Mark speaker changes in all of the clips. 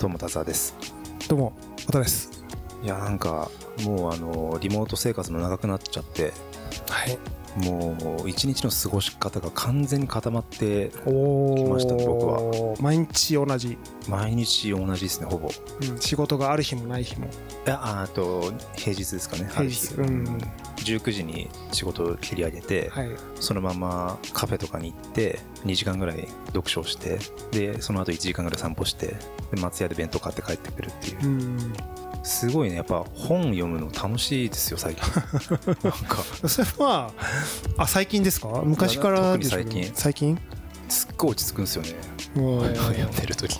Speaker 1: どうも田沢です
Speaker 2: どうも、渡です。
Speaker 1: いやなんかもうあのリモート生活も長くなっちゃって
Speaker 2: はい。
Speaker 1: もう一日の過ごし方が完全に固まって
Speaker 2: おー
Speaker 1: 来ました僕
Speaker 2: 毎日同じ、
Speaker 1: 毎日同じですねほぼい
Speaker 2: うん仕事がある日もない日も。
Speaker 1: やああと平日ですかね
Speaker 2: 平日
Speaker 1: ある日
Speaker 2: うん
Speaker 1: 19時に仕事を切り上げて、
Speaker 2: はい。。
Speaker 1: そのままカフェとかに行って2時間ぐらい読書をしてでその後1時間ぐらい散歩してで松屋で弁当買って帰ってくるっていううんすごいねやっぱ本読むの楽しいですよ最近 なんか
Speaker 2: それは、あ、最近ですか昔からでしょ
Speaker 1: 特に
Speaker 2: 最近
Speaker 1: すっごい落ち着くんですよね
Speaker 2: もう
Speaker 1: 読んでる時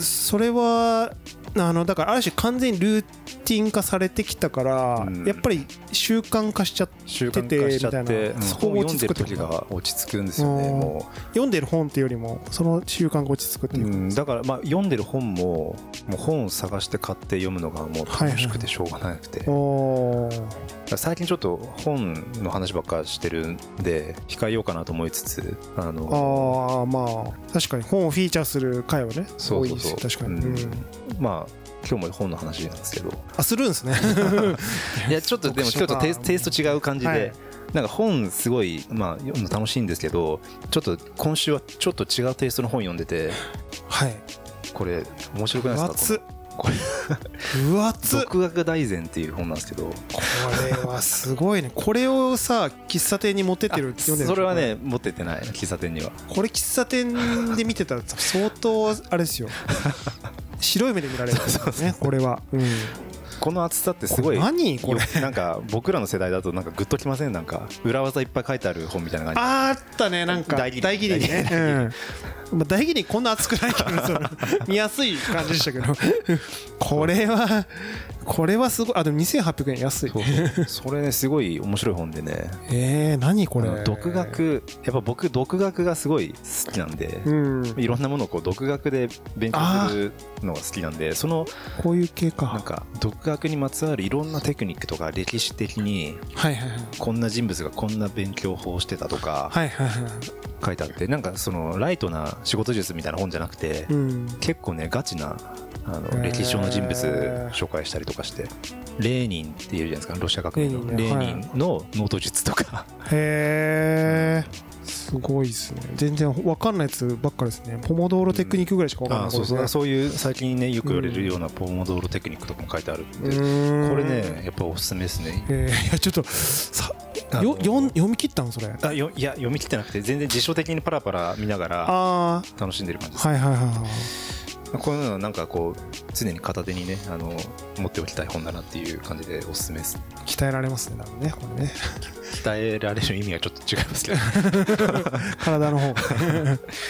Speaker 2: それは、あの、だから、ある種完全にルーティン化されてきたから、
Speaker 1: うん
Speaker 2: やっぱり習慣化しちゃって、
Speaker 1: 習慣化しちゃって
Speaker 2: みたいな
Speaker 1: うん
Speaker 2: そこ
Speaker 1: 本を読
Speaker 2: も落
Speaker 1: ん
Speaker 2: ち
Speaker 1: で
Speaker 2: 着く
Speaker 1: る
Speaker 2: ってこと
Speaker 1: 時が落ち着くんですよね
Speaker 2: うん
Speaker 1: も
Speaker 2: 読んでる本っていうよりも、その習慣が落ち着くって
Speaker 1: う、
Speaker 2: いうう。
Speaker 1: ん、だからまあ読んでる本ももう本を探して買って読むのがもう楽しくてしょうがなくて、
Speaker 2: おー
Speaker 1: 最近ちょっと本の話ばっかりしてるんで控えようかなと思いつつあの
Speaker 2: ああまあ確かに本をフィーチャーする回はね
Speaker 1: そうそうそう
Speaker 2: 多いです確かに、
Speaker 1: うん
Speaker 2: うん
Speaker 1: まあ今日も本の話なんです けど
Speaker 2: あするんですね
Speaker 1: いやちょっとでも今日とテイステイスト違う感じで、
Speaker 2: はい
Speaker 1: なんか本すごい、まあ、読むの楽しいんですけどちょっと今週はちょっと違うテイストの本読んでて
Speaker 2: はい
Speaker 1: これ面白くない
Speaker 2: 分
Speaker 1: ですか
Speaker 2: 厚
Speaker 1: これ
Speaker 2: 分厚こ
Speaker 1: 独学大全っていう本なんですけど
Speaker 2: れはすごいね これをさ喫茶店に持ってってるって読んでる
Speaker 1: それはね持ってってない喫茶店には
Speaker 2: これ喫茶店で見てたらさ相当あれ ですよ白い目で見られるんですよねこれは、うん、
Speaker 1: この厚さってすごい
Speaker 2: 何これ
Speaker 1: よなんか僕らの世代だとなんかグッときませんなんか裏技いっぱい書いてある本みたいな感
Speaker 2: あったねなんか
Speaker 1: 大
Speaker 2: 大
Speaker 1: 義
Speaker 2: 義
Speaker 1: 理
Speaker 2: 理ねうんまあ大義理こんな厚くないけどその見やすい感じでしたけど これはこれはすごいあでも2800円安い
Speaker 1: じそうそれねすごい面白い本でね
Speaker 2: えー、何こ
Speaker 1: あ
Speaker 2: れ
Speaker 1: の独学やっぱ僕独学がすごい好きなんで
Speaker 2: うん
Speaker 1: いろんなものをこう独学で勉強するのが好きなんでその
Speaker 2: こういう系
Speaker 1: なん
Speaker 2: か
Speaker 1: か独学にまつわるいろんなテクニックとか歴史的に
Speaker 2: はいはいはい
Speaker 1: こんな人物がこんな勉強法をしてたとか
Speaker 2: はいはいはい
Speaker 1: 書いてあってなんかそのライトな仕事術みたいな本じゃなくて
Speaker 2: うん
Speaker 1: 結構ねガチなあ
Speaker 2: へー
Speaker 1: の歴史上の人物紹介したりとかしてレーニンっていうじゃないですかロシア革命の
Speaker 2: レー
Speaker 1: レ
Speaker 2: ニンね
Speaker 1: ーニンのノート術とか
Speaker 2: へえすごいですね全然わかんないやつばっかですねポモドーロテクニックぐらいしかわかん
Speaker 1: あー
Speaker 2: ない
Speaker 1: そうそう
Speaker 2: こ
Speaker 1: そういう最近ねよく言われるようなポモドーロテクニックとかも書いてあるん
Speaker 2: れ
Speaker 1: で
Speaker 2: ね
Speaker 1: これ
Speaker 2: うーん
Speaker 1: ねやっぱおすすめですね
Speaker 2: えーいやちょっとさ
Speaker 1: あの
Speaker 2: よよん読み切ったのそれ
Speaker 1: あよいや読み切ってなくて全然辞書的にパラパラ見ながら
Speaker 2: あ
Speaker 1: 楽しんでる感じ
Speaker 2: あ
Speaker 1: です、
Speaker 2: はいはいはいはい
Speaker 1: こういうのはなんかこう常に片手にねあの持っておきたい本だなっていう感じでおすすめです
Speaker 2: 鍛えられますね多分ねこ れね
Speaker 1: 伝えられる意味がちょっと違いますけど
Speaker 2: 体の方が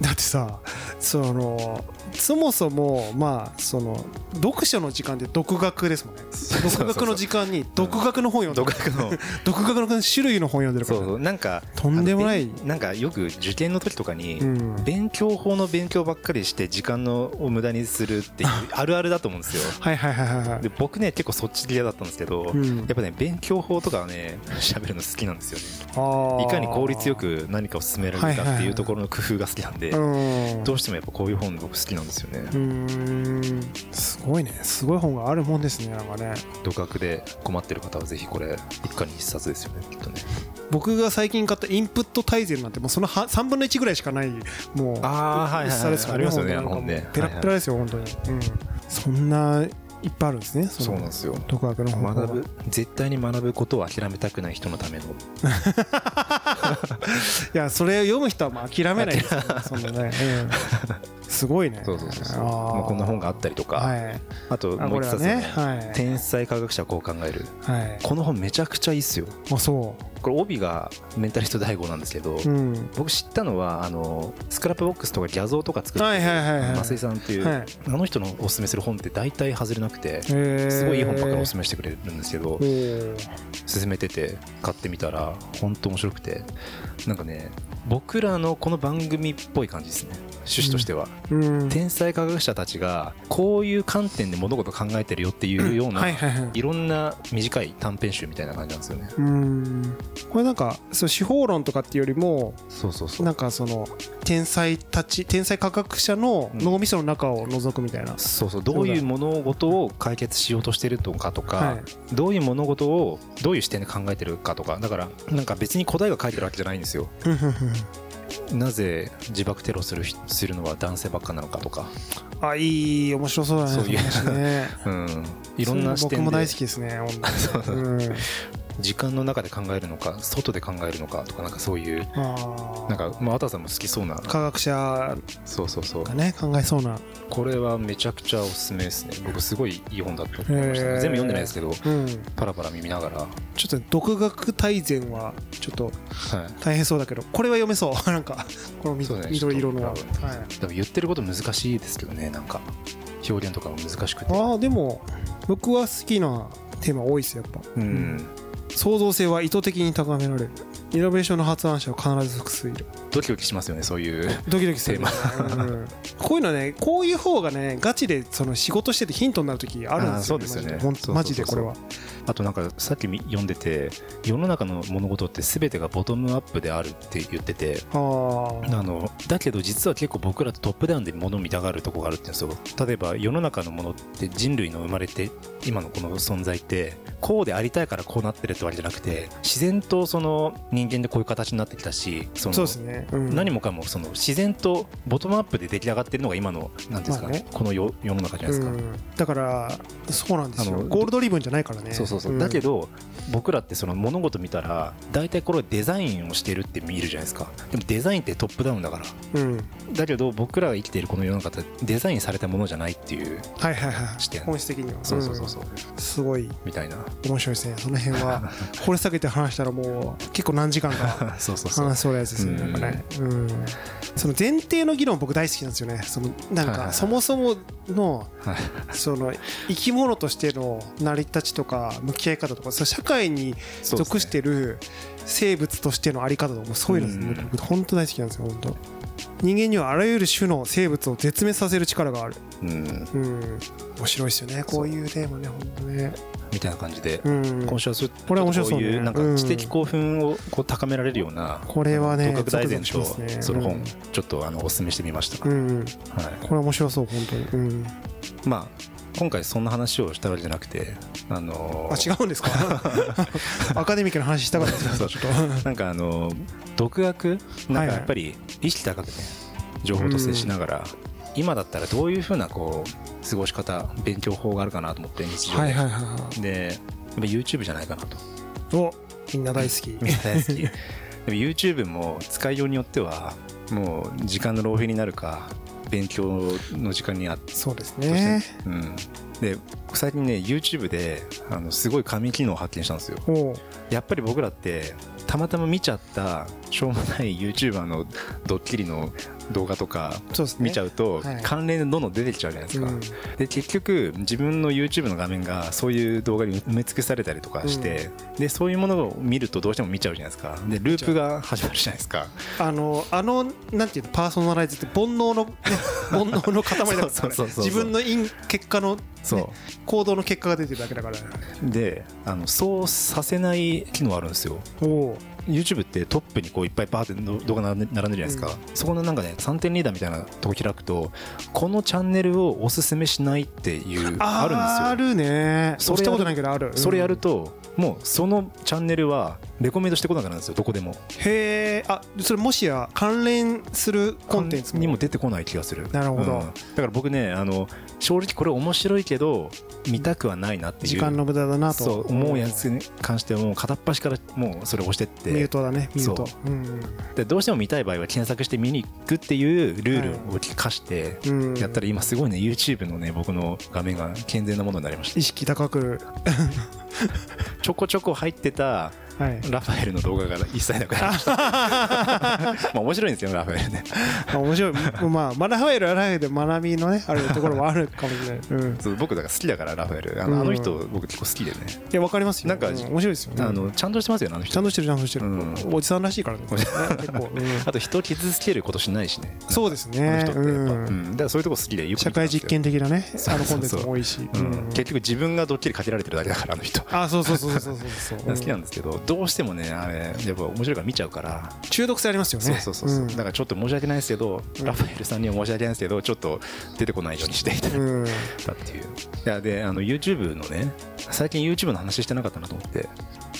Speaker 2: だってさそのそもそもまあその読書の時間って独学ですもんね
Speaker 1: そうそう
Speaker 2: 独学の時間に独学の本読んで
Speaker 1: 独
Speaker 2: る
Speaker 1: 学の
Speaker 2: 独学の種類の本読んでる か
Speaker 1: そう
Speaker 2: ら
Speaker 1: そうなんか
Speaker 2: とんでもない
Speaker 1: あのべんなんかよく受験の時とかに、
Speaker 2: うん
Speaker 1: 勉強法の勉強ばっかりして時間のを無駄にするっていうあるあるだと思うんですよ
Speaker 2: はいはいはいはいはい
Speaker 1: で僕ね結構そっち嫌だったんですけど、
Speaker 2: うん
Speaker 1: やっぱね勉強法とかはね 喋るの好きなんですよね
Speaker 2: あー
Speaker 1: いかに効率よく何かを進められるかっていうところの工夫が好きなんで、
Speaker 2: うん
Speaker 1: どうしてもやっぱこういう本僕好きなんですよね、
Speaker 2: うーんすごいねすごい本があるもんですねなんかね
Speaker 1: 独学で困ってる方はぜひこれ一家に一冊ですよねきっとね
Speaker 2: 僕が最近買ったインプット大全なんてもうそのは3分の1ぐらいしかないもう
Speaker 1: あーはいはいはい
Speaker 2: 薄さですから
Speaker 1: ありますよね
Speaker 2: 本当
Speaker 1: あ
Speaker 2: に
Speaker 1: の本ね
Speaker 2: ペラッペラですよ、本当に、うん、そんないっぱいあるんですねの
Speaker 1: そうなんですよ
Speaker 2: 独学の方法
Speaker 1: 学ぶ絶対に学ぶことを諦めたくない人のための
Speaker 2: いやそれを読む人はまあ諦めないですよねそんなね、うんすごいね
Speaker 1: そうそうそうそう
Speaker 2: あー
Speaker 1: まあ、こんな本があったりとか、
Speaker 2: はい
Speaker 1: あと
Speaker 2: あ
Speaker 1: もう
Speaker 2: こ
Speaker 1: 一
Speaker 2: れは
Speaker 1: 冊ね
Speaker 2: ねはい
Speaker 1: 天才科学者はこう考える」
Speaker 2: はい
Speaker 1: この本めちゃくちゃいいっすよ
Speaker 2: まあそ
Speaker 1: これ帯がメンタリスト大悟なんですけど、
Speaker 2: ううん
Speaker 1: 僕知ったのはあのスクラップボックスとかギャ像とか作ってる
Speaker 2: はいはいはいはい
Speaker 1: 増井さんっていう、
Speaker 2: はい
Speaker 1: あの人のおすすめする本って大体外れなくてす
Speaker 2: す
Speaker 1: ごいいい本ばっかりおすすめしてくれるんですけど勧めてて買ってみたら本当面白くてなんかね僕らのこの番組っぽい感じですね趣旨としては、
Speaker 2: うん
Speaker 1: 天才科学者たちがこういう観点で物事考えてるよっていうような、
Speaker 2: はい
Speaker 1: い
Speaker 2: はいはい
Speaker 1: ろんな短い短編集みたいな感じなんですよね
Speaker 2: うんこれなんかそう司法論とかっていうよりも
Speaker 1: そうそうそう
Speaker 2: なんかその天才たち天才科学者の脳みその中を覗くみたいな、
Speaker 1: そうそうどういう物事を解決しようとしてるのかとか、
Speaker 2: はい
Speaker 1: どういう物事をどういう視点で考えてるかとかだからなんか別に答えが書いてるわけじゃないんですよなぜ自爆テロする人するのは男性ばっかなのかとか、
Speaker 2: あいい面白そうだね
Speaker 1: そういう
Speaker 2: 話ね
Speaker 1: うん、いろんな視
Speaker 2: そういうの
Speaker 1: 点
Speaker 2: 僕も
Speaker 1: で
Speaker 2: 大好きですね
Speaker 1: そう
Speaker 2: 本
Speaker 1: そ
Speaker 2: 当
Speaker 1: う
Speaker 2: に、うん、
Speaker 1: 時間の中で考えるのか外で考えるのかとかなんかそういう
Speaker 2: あ
Speaker 1: なん
Speaker 2: ー
Speaker 1: かまあ畑さんも好きそうな
Speaker 2: 科学者
Speaker 1: そうそうそう
Speaker 2: がね考えそうな、
Speaker 1: これはめちゃくちゃおすすめですね僕すごいいい本だったと思いました、
Speaker 2: へー
Speaker 1: 全部読んでないですけど
Speaker 2: うん、
Speaker 1: パラパラ耳ながら、は
Speaker 2: ちょっとね独学大全はちょっと
Speaker 1: い、
Speaker 2: 大変そうだけどこれは読めそう なんかこのみ
Speaker 1: そうだね
Speaker 2: 緑色のは、
Speaker 1: ちょっと
Speaker 2: はい、
Speaker 1: でも言ってること難しいですけどねなんか表現とかも難しくて
Speaker 2: ああでも僕は好きなテーマ多いですよやっぱ
Speaker 1: うん
Speaker 2: 創造性は意図的に高められるイノベーションの発案者は必ず複数いる
Speaker 1: ドキドキしますよねそういう
Speaker 2: ドキドキする
Speaker 1: テ
Speaker 2: うんこういうのねこういう方がねガチでその仕事しててヒントになる時あるんですよ、
Speaker 1: あーそうですよね
Speaker 2: 本
Speaker 1: そうそうそうそ
Speaker 2: 当
Speaker 1: う
Speaker 2: マジでこれは
Speaker 1: あとなんかさっきみ読んでて世の中の物事って全てがボトムアップであるって言ってて
Speaker 2: ああ
Speaker 1: あのだけど実は結構僕らってトップダウンで物を見たがるとこがあるって言うんですよ例えば世の中のものって人類の生まれて今のこの存在ってこうでありたいからこうなってるってわけじゃなくて自然とその人間でこういう形になってきたしその
Speaker 2: そうですね、うん
Speaker 1: 何もかもその自然とボトムアップで出来上がってるのが今のなんていうんですか、
Speaker 2: まあね
Speaker 1: この世世の中じゃないですか。
Speaker 2: うんだからそうなんです
Speaker 1: あ
Speaker 2: よ
Speaker 1: の
Speaker 2: ゴールドリブンじゃないからね
Speaker 1: そうそうそう、
Speaker 2: ん
Speaker 1: だけど僕らってその物事見たら大体これデザインをしてるって見るじゃないですかでもデザインってトップダウンだから
Speaker 2: うん
Speaker 1: だけど僕らが生きているこの世の中ってデザインされたものじゃないっていう
Speaker 2: はいはいはい
Speaker 1: 視点
Speaker 2: 本質的には
Speaker 1: そうそうそう
Speaker 2: う
Speaker 1: そうん
Speaker 2: すごい
Speaker 1: みたいな
Speaker 2: 面白いですねその辺は 掘り下げて話したらもう結構何時間か
Speaker 1: そうそうそう
Speaker 2: 話そうやつですよね
Speaker 1: うん
Speaker 2: なんかねうんその前提の議論僕大好きなんですよねそのなん
Speaker 1: はいはいは
Speaker 2: か
Speaker 1: い
Speaker 2: そもそもの
Speaker 1: はい
Speaker 2: その生き物としての成り立ちとか向き合い方とかその社会に
Speaker 1: そうですね
Speaker 2: 属してる生物としてのあり方とかもうそういうの
Speaker 1: うん
Speaker 2: 僕本当大好きなんですよ本当人間にはあらゆる種の生物を絶滅させる力がある
Speaker 1: うん
Speaker 2: うん面白いですよねこういうテーマね本当ね
Speaker 1: みたいな感じで、
Speaker 2: うん
Speaker 1: 今週はそう
Speaker 2: これは面白そうね
Speaker 1: こういうなん
Speaker 2: う
Speaker 1: か
Speaker 2: ん
Speaker 1: 知的興奮をこう高められるような、
Speaker 2: これはね
Speaker 1: 独学大全
Speaker 2: ゾク
Speaker 1: と
Speaker 2: ゾクしますね
Speaker 1: その
Speaker 2: う
Speaker 1: 本
Speaker 2: ん
Speaker 1: ちょっとあのお勧めしてみました、
Speaker 2: うん
Speaker 1: はい
Speaker 2: これ面白そう本当にうん
Speaker 1: まあ今回そんな話をしたわけじゃなくてあの
Speaker 2: あ
Speaker 1: ー
Speaker 2: 違う んですかアカデミックな話したかったです
Speaker 1: そう
Speaker 2: ちょっ
Speaker 1: なんかあのー独学なん
Speaker 2: は
Speaker 1: か
Speaker 2: いはい
Speaker 1: やっぱり意識高くね情報と接しながら今だったらどういうふうなこう過ごし方勉強法があるかなと思って日常
Speaker 2: と
Speaker 1: で,、
Speaker 2: はいはいはいは
Speaker 1: でやっぱ YouTube じゃないかなと
Speaker 2: いおみんな大好き
Speaker 1: みんな大好き でも YouTube も使いようによってはもう時間の浪費になるか勉強の時間にあって
Speaker 2: そうです
Speaker 1: そして
Speaker 2: ね
Speaker 1: うん、で最近ね YouTube であのすごい紙機能を発見したんですよ
Speaker 2: おう
Speaker 1: やっぱり僕らってたまたま見ちゃったしょうもない YouTuber のドッキリの動画とか
Speaker 2: そうですね
Speaker 1: 見ちゃうと、
Speaker 2: はい
Speaker 1: 関連でどんどん出てきちゃうじゃないですか、
Speaker 2: うん
Speaker 1: で結局自分の YouTube の画面がそういう動画に埋め尽くされたりとかして、でそういうものを見るとどうしても見ちゃうじゃないですかでループが始まるじゃないですか
Speaker 2: あのあのなんていうのパーソナライズって煩 悩のね煩悩の塊だからね
Speaker 1: そうそうそうそう
Speaker 2: 自分の因結果の
Speaker 1: そう
Speaker 2: 行動の結果が出てるだけだから
Speaker 1: であのそうさせない機能あるんですよ
Speaker 2: おお
Speaker 1: YouTube ってトップにこういっぱいバーっての動画並んで並んでるじゃないですか、そこのなんかね3点リーダーみたいなとこ開くとこのチャンネルをおすすめしないって いうあるんですよ
Speaker 2: あるね
Speaker 1: それやる
Speaker 2: そうしたことないけどある
Speaker 1: それやる
Speaker 2: うん
Speaker 1: ともうそのチャンネルはレコメンドしてこなくなるんですよどこでも
Speaker 2: へえあそれもしや関連するコンテンツ
Speaker 1: にも出てこない気がする
Speaker 2: なるほど
Speaker 1: だから僕ねあの正直これ面白いけど見たくはないなっていう
Speaker 2: 時間の無駄だなと
Speaker 1: そう思うやつに関してはもう片っ端からもうそれ押してっ
Speaker 2: ミュー
Speaker 1: て
Speaker 2: トだねミュート、
Speaker 1: そう
Speaker 2: ん
Speaker 1: でどうしても見たい場合は検索して見に行くっていうルールを課して、
Speaker 2: うん、
Speaker 1: やったら今すごいね YouTube のね僕の画面が健全なものになりました
Speaker 2: 意識高く、
Speaker 1: ちょこちょこ入ってた
Speaker 2: はい、
Speaker 1: ラファエルの動画が一切なくなりました まあ面白いんですよラファエルね
Speaker 2: あ面白い まあマラハエルはラファエルで学びのねあるところもあるかもしれない、うん、い
Speaker 1: そう僕だから好きだからラファエルあの,、
Speaker 2: うん
Speaker 1: あの人僕結構好きでね
Speaker 2: やわかりますよ
Speaker 1: なんか
Speaker 2: う面白いですよね
Speaker 1: あのちゃんとしてますよねあの人
Speaker 2: ちゃんとしてるちゃんとしてる、
Speaker 1: うん
Speaker 2: おじさんらしいからね 結構、うん、
Speaker 1: あと人を傷つけることしないしね
Speaker 2: そうです
Speaker 1: あの
Speaker 2: ね
Speaker 1: 人って
Speaker 2: う
Speaker 1: やっぱ、うん
Speaker 2: ん、
Speaker 1: だからそういうとこ好きでよく見て
Speaker 2: 社
Speaker 1: たん
Speaker 2: 会
Speaker 1: ですよ
Speaker 2: 実験的なね
Speaker 1: そう
Speaker 2: あの
Speaker 1: そ
Speaker 2: コ
Speaker 1: う
Speaker 2: ンテン
Speaker 1: そ
Speaker 2: ツ
Speaker 1: う
Speaker 2: も多いし、
Speaker 1: う
Speaker 2: うん
Speaker 1: ん、結局自分がドッキリかけられてるだけだからあの人
Speaker 2: あそうそうそうそうそうそう
Speaker 1: 好きなんですけど、どうしてもねあれやっぱ面白いから見ちゃうから
Speaker 2: 中毒性ありますよね
Speaker 1: そうそうそうそう、
Speaker 2: ん
Speaker 1: だからちょっと申し訳ないですけど、
Speaker 2: うん
Speaker 1: ラファエルさんには申し訳ないですけどちょっと出てこないようにしていただい
Speaker 2: うん
Speaker 1: たっていう、いやであの YouTube のね最近 YouTube の話してなかったなと思って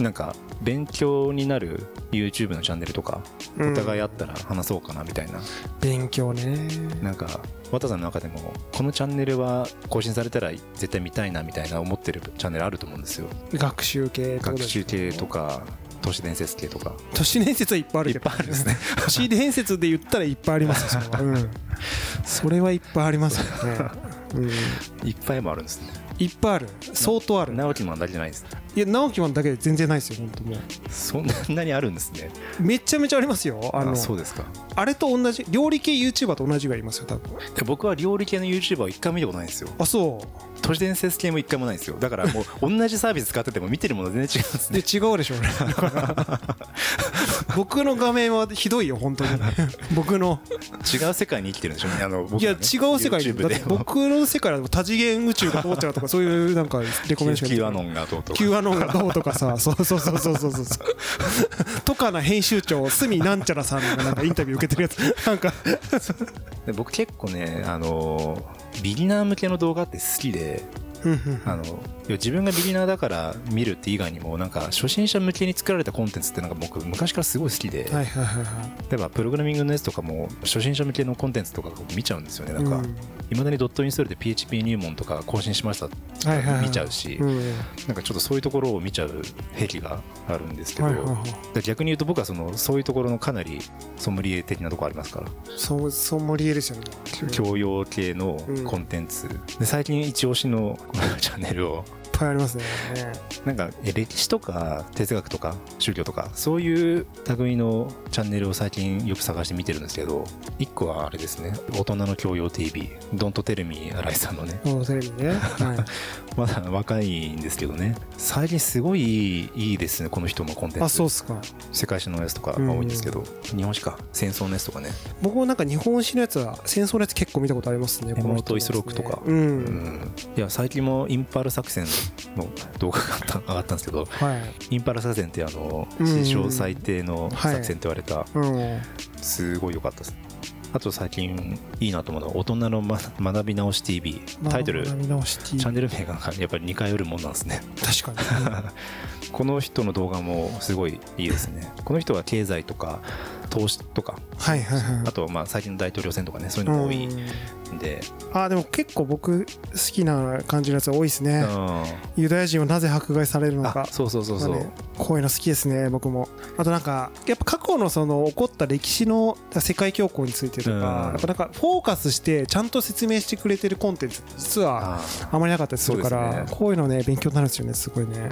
Speaker 1: なんか勉強になる YouTube のチャンネルとか
Speaker 2: うん
Speaker 1: お互いあったら話そうかなみたいな、
Speaker 2: 勉強ね
Speaker 1: なんか綿さんの中でもこのチャンネルは更新されたら絶対見たいなみたいな思ってるチャンネルあると思うんですよ
Speaker 2: 学習系ってこと
Speaker 1: 学
Speaker 2: です
Speaker 1: 習系とか都市伝説系とか
Speaker 2: 都市伝説はいっぱいある
Speaker 1: い
Speaker 2: け
Speaker 1: っ
Speaker 2: ど
Speaker 1: ぱいあるんですね
Speaker 2: 都市伝説で言ったらいっぱいありますよそれは、うん、それはいっぱいありますよね、うん、
Speaker 1: いっぱいもあるんですね
Speaker 2: いっぱいある相当ある
Speaker 1: 直樹のはだけじゃないです
Speaker 2: いや直樹マンだけで全然ないですよ本当も
Speaker 1: そんなにあるんですね
Speaker 2: うめちゃめちゃありますよあ
Speaker 1: あ
Speaker 2: のあ
Speaker 1: そうですか
Speaker 2: れと同じ料理系 YouTuber と同じぐらいいますよ多分
Speaker 1: で僕は料理系の YouTuber を一回も見たことないんですよ
Speaker 2: あそ
Speaker 1: 都市伝説系も一回もないんですよだから もう同じサービス使ってても見てるもの全然違うんです
Speaker 2: うで
Speaker 1: ね
Speaker 2: 違うでしょうね 僕の画面はひどいよ本当に僕の
Speaker 1: 違う世界に生きてるんでしょうねあの僕
Speaker 2: いや
Speaker 1: らね
Speaker 2: 違う世界に
Speaker 1: YouTube
Speaker 2: だって
Speaker 1: で
Speaker 2: 僕の世界は多次元宇宙がどうちゃらとかそういうなんかレコメンション
Speaker 1: Q アノンがどうとか
Speaker 2: Q アノンがどうとかさ そうそうそうそうそうそうとかな編集長角なんちゃらさんがなんかインタビュー受けてるやつなんか
Speaker 1: で僕結構ねあのビギナー向けの動画って好きで
Speaker 2: うんうん
Speaker 1: あのいや自分がビギナーだから見るって以外にもなんか初心者向けに作られたコンテンツってなんか僕昔からすごい好きで、
Speaker 2: はいはいはいは
Speaker 1: 例えばプログラミングのやつとかも初心者向けのコンテンツとかを見ちゃうんですよねなんか、
Speaker 2: うん
Speaker 1: いまだにドットインストールで PHP 入門とか更新しましたって
Speaker 2: いはいはいはい
Speaker 1: 見ちゃうし、
Speaker 2: うん
Speaker 1: なんかちょっとそういうところを見ちゃう兵器があるんですけど、
Speaker 2: はいはいはい
Speaker 1: で逆に言うと僕はそのそういうところのかなりソムリエ的なところありますから、
Speaker 2: そうソムリエですよね
Speaker 1: 教養系のコンテンツ、で最近一押しの チャンネルを
Speaker 2: いっぱいありますね
Speaker 1: なんかえ歴史とか哲学とか宗教とかそういう類のチャンネルを最近よく探して見てるんですけど一個はあれですね「大人の教養 TV」「ドントテルミ新井さんのね
Speaker 2: このテレビ ねは
Speaker 1: まだ若いんですけどね最近すごいいいですねこの人のコンテ
Speaker 2: い
Speaker 1: ン
Speaker 2: あ
Speaker 1: ツ
Speaker 2: そうっすか
Speaker 1: 世界史のやつとかが多いんですけど、日本史か戦争のやつとかね
Speaker 2: 僕もなんか日本史のやつは戦争のやつ結構見たことありますね
Speaker 1: 山本
Speaker 2: この人のやつね
Speaker 1: 五十六とか
Speaker 2: う
Speaker 1: うんんいや最近もインパール作戦の動画があった上がったんですけど
Speaker 2: はい
Speaker 1: インパール作戦ってあの
Speaker 2: うん
Speaker 1: 史上最低の作戦って言われた、
Speaker 2: うん
Speaker 1: すごい良かったですあと最近いいなと思うのは大人の、ま、学び直し TV タイトルチ
Speaker 2: 学び直しっていう
Speaker 1: ャンネル名がやっぱり似通るもんなんですね
Speaker 2: 確かに
Speaker 1: この人の動画もすごいいいですねこの人は経済とか投資とか
Speaker 2: はいはいは い
Speaker 1: あとまあ最近の大統領選とかねそういうのも多いんで、
Speaker 2: あでも結構僕好きな感じのやつ多いですね
Speaker 1: うん
Speaker 2: ユダヤ人はなぜ迫害されるの
Speaker 1: あ
Speaker 2: か
Speaker 1: そうそうそうそう、
Speaker 2: まあねこういうの好きですね僕もあとなんかやっぱ過去のその起こった歴史の世界恐慌についてとか、
Speaker 1: うん
Speaker 2: やっぱなんかフォーカスしてちゃんと説明してくれてるコンテンツって実は
Speaker 1: あ
Speaker 2: あまりなかったりするか
Speaker 1: そう
Speaker 2: ら、
Speaker 1: ですね
Speaker 2: こういうのね勉強になるんですよねすごいね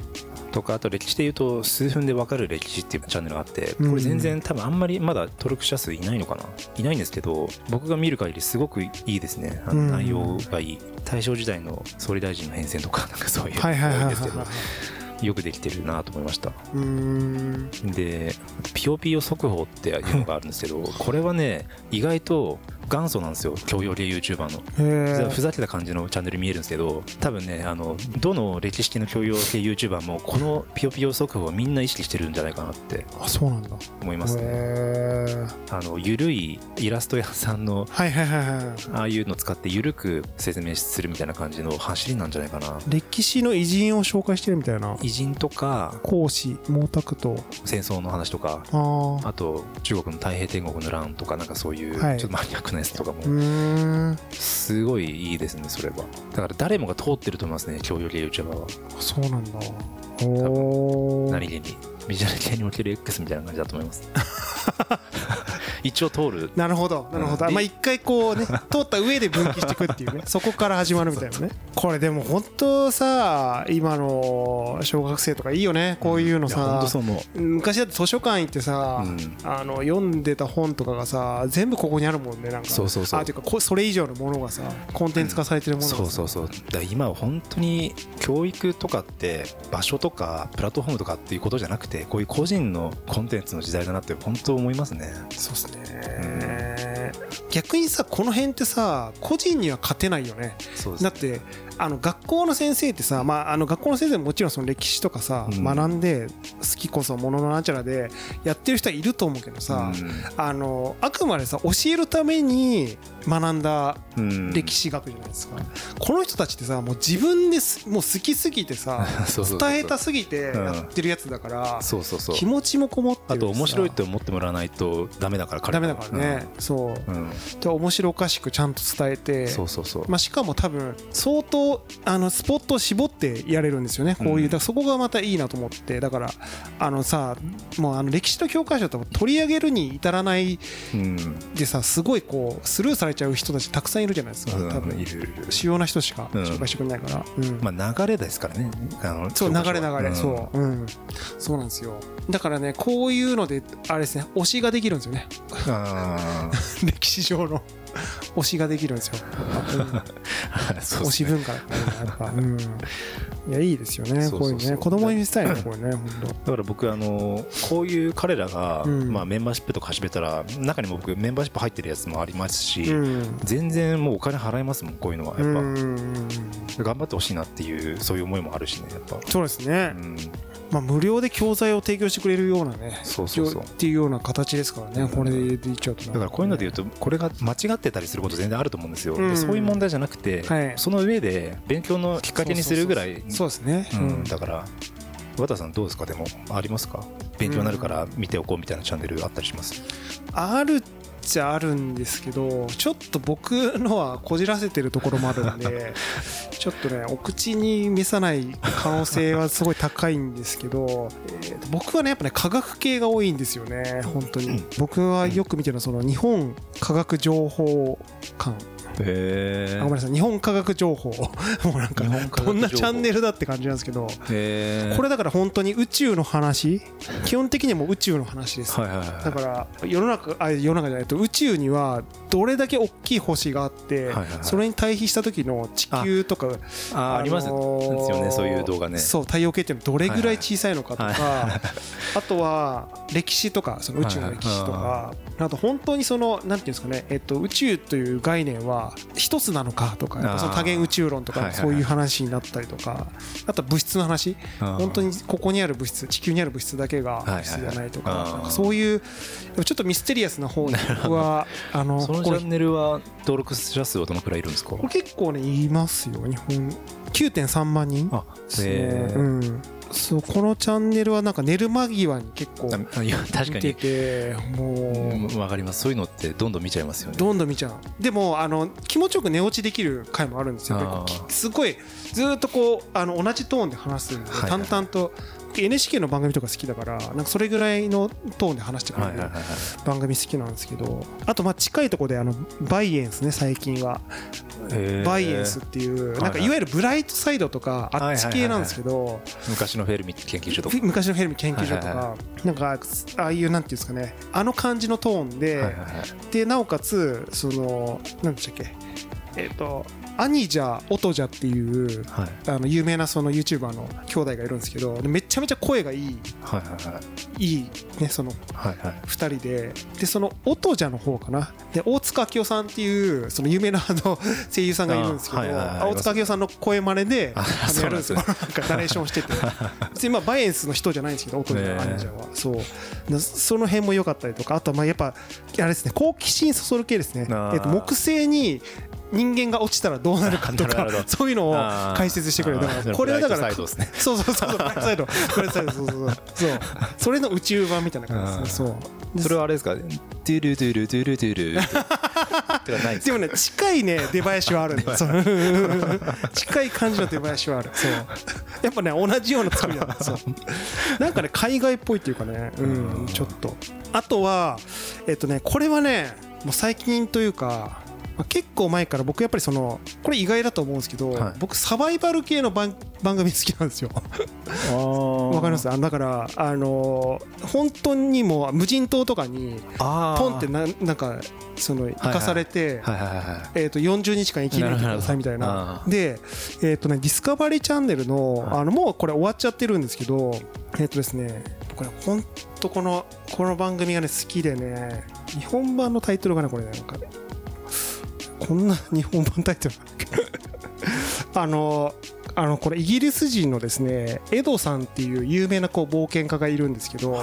Speaker 1: とかあと歴史で言うと数分で分かる歴史っていうチャンネルがあってこれ全然多分あんまりまだ登録者数いないのかないないんですけど僕が見る限りすごくいいですねあ
Speaker 2: う
Speaker 1: の
Speaker 2: ん
Speaker 1: 内容がいい大正時代の総理大臣の変遷とかなんかそういうの
Speaker 2: はいはいはい
Speaker 1: が多い
Speaker 2: は
Speaker 1: ん
Speaker 2: い
Speaker 1: ですけ
Speaker 2: は
Speaker 1: ど
Speaker 2: い
Speaker 1: よくできてるなと思いました
Speaker 2: うーん
Speaker 1: でピヨピヨ速報っていうのがあるんですけ どこれはね意外と元祖なんですよ教養系 YouTuber の
Speaker 2: へ
Speaker 1: 実は
Speaker 2: え
Speaker 1: ふざけた感じのチャンネルに見えるんですけど多分ねあのどの歴史系の教養系 YouTuber もこの「ピヨピヨ速報」をみんな意識してるんじゃないかなって
Speaker 2: あそうなんだ
Speaker 1: 思います
Speaker 2: へ
Speaker 1: ね
Speaker 2: え
Speaker 1: あのゆるいイラスト屋さんの
Speaker 2: はいはいはいはい
Speaker 1: ああいうの使ってゆるく説明するみたいな感じの走りなんじゃないかな
Speaker 2: 歴史の偉人を紹介してるみたいな
Speaker 1: 偉人とか
Speaker 2: 孔子毛沢東
Speaker 1: 戦争の話とか
Speaker 2: ああ
Speaker 1: あと中国の太平天国の乱とかなんかそういうち
Speaker 2: は
Speaker 1: ょ
Speaker 2: い
Speaker 1: っとマニアックなやつとかも
Speaker 2: うーん
Speaker 1: すごいいいですねそれはだから誰もが通ってると思いますね教養系 YouTuber は
Speaker 2: そうなんだおお
Speaker 1: 何気にビジュアル系における X みたいな感じだと思います 一応通る
Speaker 2: なるほどなるほど、
Speaker 1: うん
Speaker 2: まあ一回こ うね通った上で分岐していくっていうねそこから始まるみたいなねこれでも本当さ今の小学生とかいいよねこういうの
Speaker 1: いや本
Speaker 2: さ
Speaker 1: 当、そう思う
Speaker 2: 昔だって図書館行ってさ、
Speaker 1: うん
Speaker 2: あの読んでた本とかがさ全部ここにあるもんねなんか
Speaker 1: そうそうそう
Speaker 2: あていうかこそれ以上のものがさコンテンツ化されてるものがさ
Speaker 1: そうそうそうだから今は本当に教育とかって場所とかプラットフォームとかっていうことじゃなくてこういう個人のコンテンツの時代だなって本当思いますね
Speaker 2: そうですね逆にさこの辺ってさ個人には勝てないよね
Speaker 1: そうです
Speaker 2: だっ
Speaker 1: ね
Speaker 2: てあの学校の先生ってさ、まあ、あの学校の先生ももちろんその歴史とかさ、
Speaker 1: うん
Speaker 2: 学んで好きこそもののなんちゃらでやってる人はいると思うけどさ、あのあくまでさ教えるために学んだ
Speaker 1: うん
Speaker 2: 歴史学じゃないですか、この人たちってさもう自分ですもう好きすぎてさ
Speaker 1: そうそうそう
Speaker 2: 伝えたすぎてやってるやつだから、
Speaker 1: そうそうそう
Speaker 2: 気持ちもこもってるしさ
Speaker 1: あと面白いって思ってもらわないとダメだから彼
Speaker 2: ダ
Speaker 1: は
Speaker 2: メだからね、そう
Speaker 1: うん、うん
Speaker 2: じゃあ面白おかしくちゃんと伝えて
Speaker 1: そうそうそう、
Speaker 2: まあ、しかも多分相当あのスポットを絞ってやれるんですよねこうい
Speaker 1: うん
Speaker 2: う、だからそこがまたいいなと思ってだからあのさもうあの歴史の教科書とか取り上げるに至らない
Speaker 1: うん
Speaker 2: でさすごいこうスルーされちゃう人たちたくさんいるじゃないですか、
Speaker 1: うん
Speaker 2: 多分
Speaker 1: いるいる
Speaker 2: 主要な人しか
Speaker 1: うん
Speaker 2: 紹介してくれないから、うん
Speaker 1: まあ流れですからねあの
Speaker 2: そう流れ流れ、
Speaker 1: ん
Speaker 2: そう、うん、そうなんですよだからねこういうのであれですね推しができるんですよね
Speaker 1: あ
Speaker 2: 歴史上の推しができるんですよ、うん
Speaker 1: ーそう
Speaker 2: 推
Speaker 1: っす
Speaker 2: し
Speaker 1: ね
Speaker 2: 文化だからねやっぱ、うん、いやいいですよね
Speaker 1: そう
Speaker 2: こう
Speaker 1: そう
Speaker 2: い
Speaker 1: そうう
Speaker 2: のね子供に見せたいねこれね本
Speaker 1: だから僕あのこういう彼らが、
Speaker 2: うん
Speaker 1: まあ、メンバーシップとか始めたら中にも僕メンバーシップ入ってるやつもありますし、
Speaker 2: 当うん
Speaker 1: 全然もうお金払いますもんこういうのはやっぱ、
Speaker 2: うん
Speaker 1: 頑張ってほしいなっていうそういう思いもあるしねやっぱ、
Speaker 2: そうですね
Speaker 1: う、ん、
Speaker 2: まあ、無料で教材を提供してくれるようなね
Speaker 1: そうそうそう
Speaker 2: っていうような形ですからねこれで言っちゃうと
Speaker 1: だからこういうので言うとこれが間違ってたりすること全然あると思うんですよ、
Speaker 2: うん
Speaker 1: でそういう問題じゃなくて、
Speaker 2: はい
Speaker 1: その上で勉強のきっかけにするぐらい
Speaker 2: そうそうそうそうですね、
Speaker 1: うんだから和田さんどうですかでもありますか勉強になるから見ておこうみたいなチャンネルあったりします、
Speaker 2: あるっちゃあるんですけどちょっと僕のはこじらせてるところもあるん でちょっとねお口に見さない可能性はすごい高いんですけど、えーと僕はねやっぱね科学系が多いんですよね本当に僕はよく見てるのはその日本科学情報館あ
Speaker 1: へ
Speaker 2: ごめんなさい日本科学情報 もうなんか
Speaker 1: 日本科学情報
Speaker 2: どんなチャンネルだって感じなんですけど
Speaker 1: え
Speaker 2: これだから本当に宇宙の話基本的にはもう宇宙の話です
Speaker 1: はいはいはい
Speaker 2: だから世の中あ世の中じゃないと宇宙にはどれだけ大きい星があって、
Speaker 1: はいはいはい
Speaker 2: それに対比した時の地球とかあ,、
Speaker 1: あありますですよねそういう動画ね
Speaker 2: そう太陽系っていうのはどれぐらい小さいのかとか、
Speaker 1: はいは
Speaker 2: あとは歴史とかその宇宙の歴史とか、
Speaker 1: はいは
Speaker 2: あと本当にそのなんていうんですかね、えっと、宇宙という概念は一つなのかとかやっぱその多元宇宙論と
Speaker 1: あ
Speaker 2: か
Speaker 1: ー
Speaker 2: そういう話になったりとか、あとは物質の話本当にここにある物質地球にある物質だけが
Speaker 1: いはいはい
Speaker 2: 物質じゃないとか,、
Speaker 1: あー
Speaker 2: そういうちょっとミステリアスな方に僕 はあの
Speaker 1: そのチ
Speaker 2: これ
Speaker 1: ャンネルは登録者数はどのくらいいるんですか
Speaker 2: これ結構ねいますよ日本9.3万人
Speaker 1: あ
Speaker 2: です
Speaker 1: へ
Speaker 2: ね、
Speaker 1: え
Speaker 2: うん、そうこのチャンネルはなんか寝る間際に結構
Speaker 1: あいや確か
Speaker 2: 見て
Speaker 1: に
Speaker 2: てもう
Speaker 1: 分かりますそういうのってどんどん見ちゃいますよね
Speaker 2: どんどん見ちゃうでもあの気持ちよく寝落ちできる回もあるんですよ
Speaker 1: あー
Speaker 2: なんかきすごいずーっとこうあの同じトーンで話すんで
Speaker 1: はいはい
Speaker 2: 淡々と NHK の番組とか好きだからなんかそれぐらいのトーンで話してく
Speaker 1: は
Speaker 2: れ
Speaker 1: いはい
Speaker 2: る
Speaker 1: はいはい
Speaker 2: 番組好きなんですけどあとまあ近いとこであのバイエンスね最近は
Speaker 1: へー
Speaker 2: バイエンスっていう
Speaker 1: い
Speaker 2: なんかいわゆるブライトサイドとかあっち系なんですけど
Speaker 1: 昔のフェルミ研究所とか
Speaker 2: ふ昔のフェルミ研究所と
Speaker 1: はいはい
Speaker 2: かなんかああいうなんていうんですかねあの感じのトーン
Speaker 1: はい
Speaker 2: で
Speaker 1: はいはい
Speaker 2: でなおかつそのなんでしたっけえっとアニジャオトジャっていう
Speaker 1: はい
Speaker 2: あの有名なその YouTuber の兄弟がいるんですけどでめちゃめちゃ声がいい
Speaker 1: はいはいはい
Speaker 2: いいねその
Speaker 1: はいはい
Speaker 2: 2人ででその音じゃの方かなで大塚明夫さんっていうその有名なあの 声優さんがいるんですけど
Speaker 1: あはいはいはい
Speaker 2: あ大塚明夫さんの声真似で
Speaker 1: あ
Speaker 2: あの
Speaker 1: そう
Speaker 2: や
Speaker 1: なん
Speaker 2: るんで
Speaker 1: ですす
Speaker 2: よ
Speaker 1: ね
Speaker 2: なんかナレーションしてて 別にまあバイエンスの人じゃないんですけど音じゃ
Speaker 1: ねえ
Speaker 2: アニジャはそうでその辺も良かったりとかあとはまあやっぱあれですね好奇心そそる系ですね
Speaker 1: あー
Speaker 2: えっと木星に人間が落ちたらどうなるかと
Speaker 1: なるほ
Speaker 2: か
Speaker 1: ど
Speaker 2: そういうのを
Speaker 1: あー
Speaker 2: 解説してくれるだから
Speaker 1: あー
Speaker 2: これはだから
Speaker 1: ブライトサイドですね
Speaker 2: そうそうそうそうブライトサイドブライトサイドそうそうそうそうそれの宇宙版みたいな感じですねそう
Speaker 1: それはあれですかドゥルドゥルドゥルドゥル ってかないんです
Speaker 2: でもね近いね出囃子はあるんだそう近い感じの出囃子はあるそうやっぱね同じような作りだそうなんかね海外っぽいっていうかねうんちょっとあとはえっとねこれはねもう最近というかまあ結構前から僕やっぱりそのこれ意外だと思うんですけど、
Speaker 1: はい
Speaker 2: 僕サバイバル系の番番組好きなんですよ
Speaker 1: かわ
Speaker 2: わかりますあのだからあのー本当にもう無人島とかに
Speaker 1: あー
Speaker 2: ポンってななんかその生かされて、
Speaker 1: はいはいはいはい
Speaker 2: えー、と40日間生き抜いてくださいみたいな
Speaker 1: なるほどあ
Speaker 2: で、えーとね、ディスカバリーチャンネルの,、
Speaker 1: はい
Speaker 2: あのもうこれ終わっちゃってるんですけどえっ、とですねこれ本当このこの番組がね好きでね日本版のタイトルがねこれねなんかねこんな日本版タイトルなんだっけ あのあのこれイギリス人のですねエドさんっていう有名なこう冒険家がいるんですけど、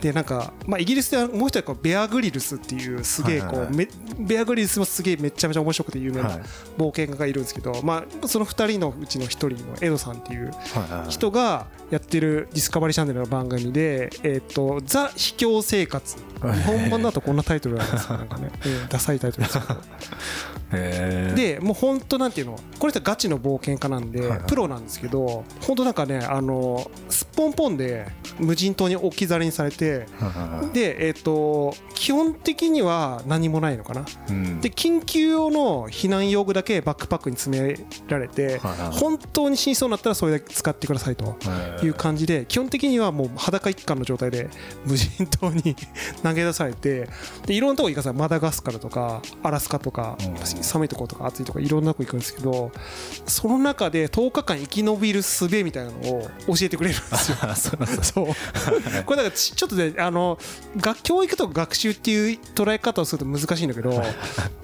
Speaker 2: でなんか、まあ、イギリスではもう一人こうベア・グリルスっていうすげえこう、
Speaker 1: はいはいはい
Speaker 2: めベア・グリルスもすげえめちゃめちゃ面白くて有名
Speaker 1: はい
Speaker 2: な冒険家がいるんですけど、まあ、その2人のうちの1人のエドさんっていう
Speaker 1: はい
Speaker 2: 人がやってるディスカバリーチャンネルの番組で「えっとザ・秘境生活」
Speaker 1: はい
Speaker 2: 日本版だとこんなタイトルなんですよな んかね、うんダサいタイトルですけど
Speaker 1: へー
Speaker 2: でもう本当なんていうのこれってガチの冒険家なんで、
Speaker 1: はいはい
Speaker 2: プロなんですけど本当なんかねあのすっぽんぽんで無人島に置き去りにされて
Speaker 1: はいはいはい
Speaker 2: でえっ、と基本的には何もないのかな
Speaker 1: うん
Speaker 2: で緊急用の避難用具だけバックパックに詰められて
Speaker 1: はいはい
Speaker 2: 本当に死にそうになったらそれだけ使ってくださいと。
Speaker 1: へー
Speaker 2: いう感じで基本的にはもう裸一貫の状態で無人島に 投げ出されてでいろんなとこ行かさマダガスカルとかアラスカとか
Speaker 1: うん。
Speaker 2: 寒いところとか暑いとこいろんなとこ行くんですけどその中で10日間生き延びる術みたいなのを教えてくれるんですよ
Speaker 1: あ そうなんだ
Speaker 2: そう これだからちちょっとねあの学教育とか学習っていう捉え方をすると難しいんだけ ど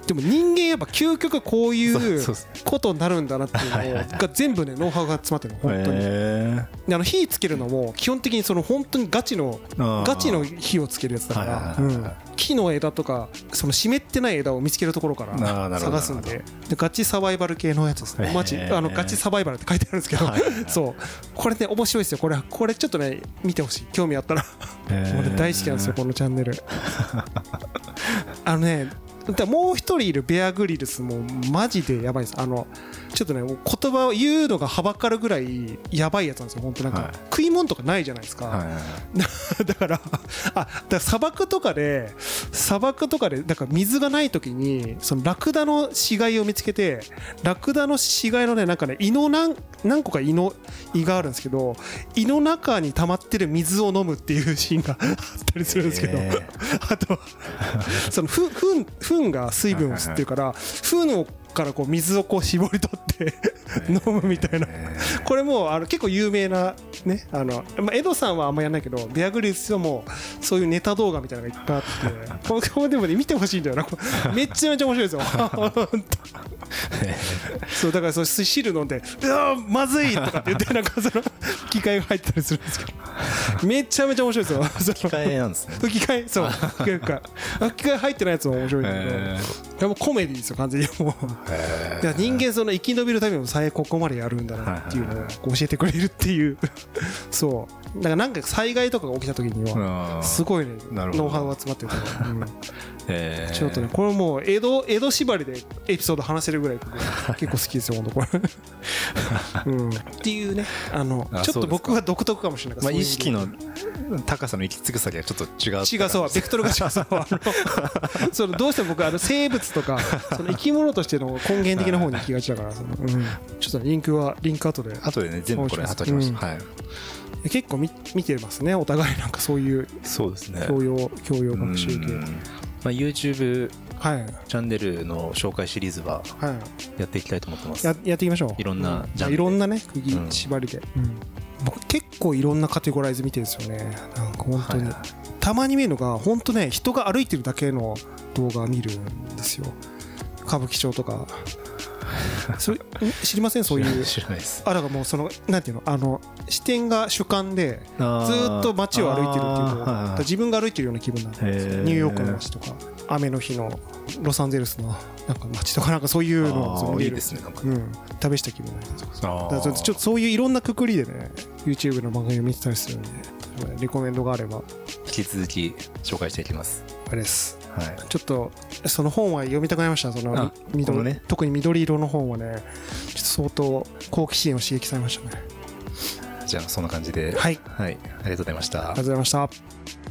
Speaker 2: でも人間やっぱ究極こうい
Speaker 1: そう
Speaker 2: う
Speaker 1: そうそう
Speaker 2: ことになるんだなっていうのをが全部ねノウハウが詰まってるの本当に。
Speaker 1: へ
Speaker 2: であの火つけるのも基本的にその本当にガチの
Speaker 1: ー
Speaker 2: ガチの火をつけるやつだか
Speaker 1: は
Speaker 2: ら、
Speaker 1: いは
Speaker 2: う
Speaker 1: いはいは
Speaker 2: ん木の枝とかその湿ってない枝を見つけるところか
Speaker 1: あーな
Speaker 2: ら
Speaker 1: るほど
Speaker 2: 探すんででガチサバイバル系のやつです
Speaker 1: へ
Speaker 2: ね
Speaker 1: ー
Speaker 2: マジあのガチサバイバルって書いてあるんですけど
Speaker 1: はいはいはい
Speaker 2: そうこれね面白いですよこれこれちょっとね見てほしい興味あったら
Speaker 1: へー
Speaker 2: 俺大好きなんですよこのチャンネルあのねだからもう一人いるベアグリルスもマジでやばいですあのちょっとねもう言葉を言うのがはばかるぐらいやばいやつなんですよ本当なんか、
Speaker 1: はい
Speaker 2: 食い物とかないじゃないですか、
Speaker 1: はいは いはい
Speaker 2: だからあだから砂漠とかで砂漠とかでだから水がない時にそのラクダの死骸を見つけてラクダの死骸のねなんかね胃の何何個か胃の胃があるんですけど胃の中に溜まってる水を飲むっていう シーンがあったりするんですけど、
Speaker 1: へー
Speaker 2: あとはそのふふんふんが水分を吸ってるからふんをからこう水をこう絞り取って 飲むみたいな
Speaker 1: へ
Speaker 2: これもうあの結構有名なねあの、まあ、エドさんはあんまやんないけどベアグリルスはもうそういうネタ動画みたいなのがいっぱいあってこれこれでもね見てほしいんだよなこれめっちゃめちゃ面白いですよ本当そうだからそう汁飲んで「うわーまずい!」とかって言ってなんかその吹き替えが入ってたりするんですけどめちゃめちゃ面白いですよ吹
Speaker 1: ー機械なんです ね
Speaker 2: 吹き替えそう吹き替えか吹き替え入ってないやつも面白い んだけど、
Speaker 1: へ
Speaker 2: でもコメディですよ完全にもう
Speaker 1: へ
Speaker 2: いや人間その生き延びるためにもさえここまでやるんだなっていうのを教えてくれるっていう そうだからなんか災害とかが起きた時には
Speaker 1: ー
Speaker 2: すごいね
Speaker 1: なるほど
Speaker 2: ノウハウが集まってるから、 うん
Speaker 1: へー
Speaker 2: ちょっとねこれもう江戸江戸縛りでエピソード話せるぐらい 僕結構好きですよ本当これ、うん、っていうねあの
Speaker 1: あ
Speaker 2: ちょっ
Speaker 1: そうです
Speaker 2: と
Speaker 1: か
Speaker 2: 僕は独特かもしれない
Speaker 1: まあ、
Speaker 2: そういう
Speaker 1: 意
Speaker 2: 意味で
Speaker 1: 識の高さの行き着く先がちょっと違う
Speaker 2: 違うそうベクトル が違うそうあのそのどうしても僕はあの生 物とかその生き物としての根源的な方に行きがちだからその、うん、ちょっとリンクはリンク後で
Speaker 1: あとでね全部これ貼っときました、はい
Speaker 2: 結構見見てますねお互いなんかそういう
Speaker 1: そうですね
Speaker 2: 教養教養学習系
Speaker 1: うんまあ、YouTube
Speaker 2: はい
Speaker 1: チャンネルの紹介シリーズは
Speaker 2: はい
Speaker 1: やっていきたいと思ってます
Speaker 2: ややっていきましょう
Speaker 1: いろんなジャンルで
Speaker 2: ういろんなね釘
Speaker 1: うん
Speaker 2: 縛りで、うん僕結構いろんなカテゴライズ見てるんですよねなんか本当に、
Speaker 1: はいはい
Speaker 2: たまに見るのが本当ね人が歩いてるだけの動画見るんですよ歌舞伎町 とかそれん知りませんそういう
Speaker 1: 知らないです
Speaker 2: あだからもうそのなんていうのあの視点が主観で
Speaker 1: ず
Speaker 2: ずーっと街を歩いてるっていう
Speaker 1: あー
Speaker 2: だから自分が歩いてるような気分になるんですよ
Speaker 1: へー
Speaker 2: ニューヨークの街とか雨の日のロサンゼルスのなんか街とかなんかそういうのをそう
Speaker 1: あー
Speaker 2: 見
Speaker 1: い
Speaker 2: れ
Speaker 1: い
Speaker 2: る
Speaker 1: ですねなんか
Speaker 2: うん、試した気分になります
Speaker 1: あー
Speaker 2: だからちょっとそういういろんなくくりでね YouTube の番組を見てたりするんでレコメンドがあれば
Speaker 1: 引き続き紹介していきます
Speaker 2: あれです
Speaker 1: はい
Speaker 2: ちょっとその本は読みたくなりましたその
Speaker 1: あ
Speaker 2: 緑
Speaker 1: このね
Speaker 2: 特に緑色の本はねちょっと相当好奇心を刺激されましたね
Speaker 1: じゃあそんな感じで
Speaker 2: はい
Speaker 1: はい、ありがとうございました
Speaker 2: ありがとうございました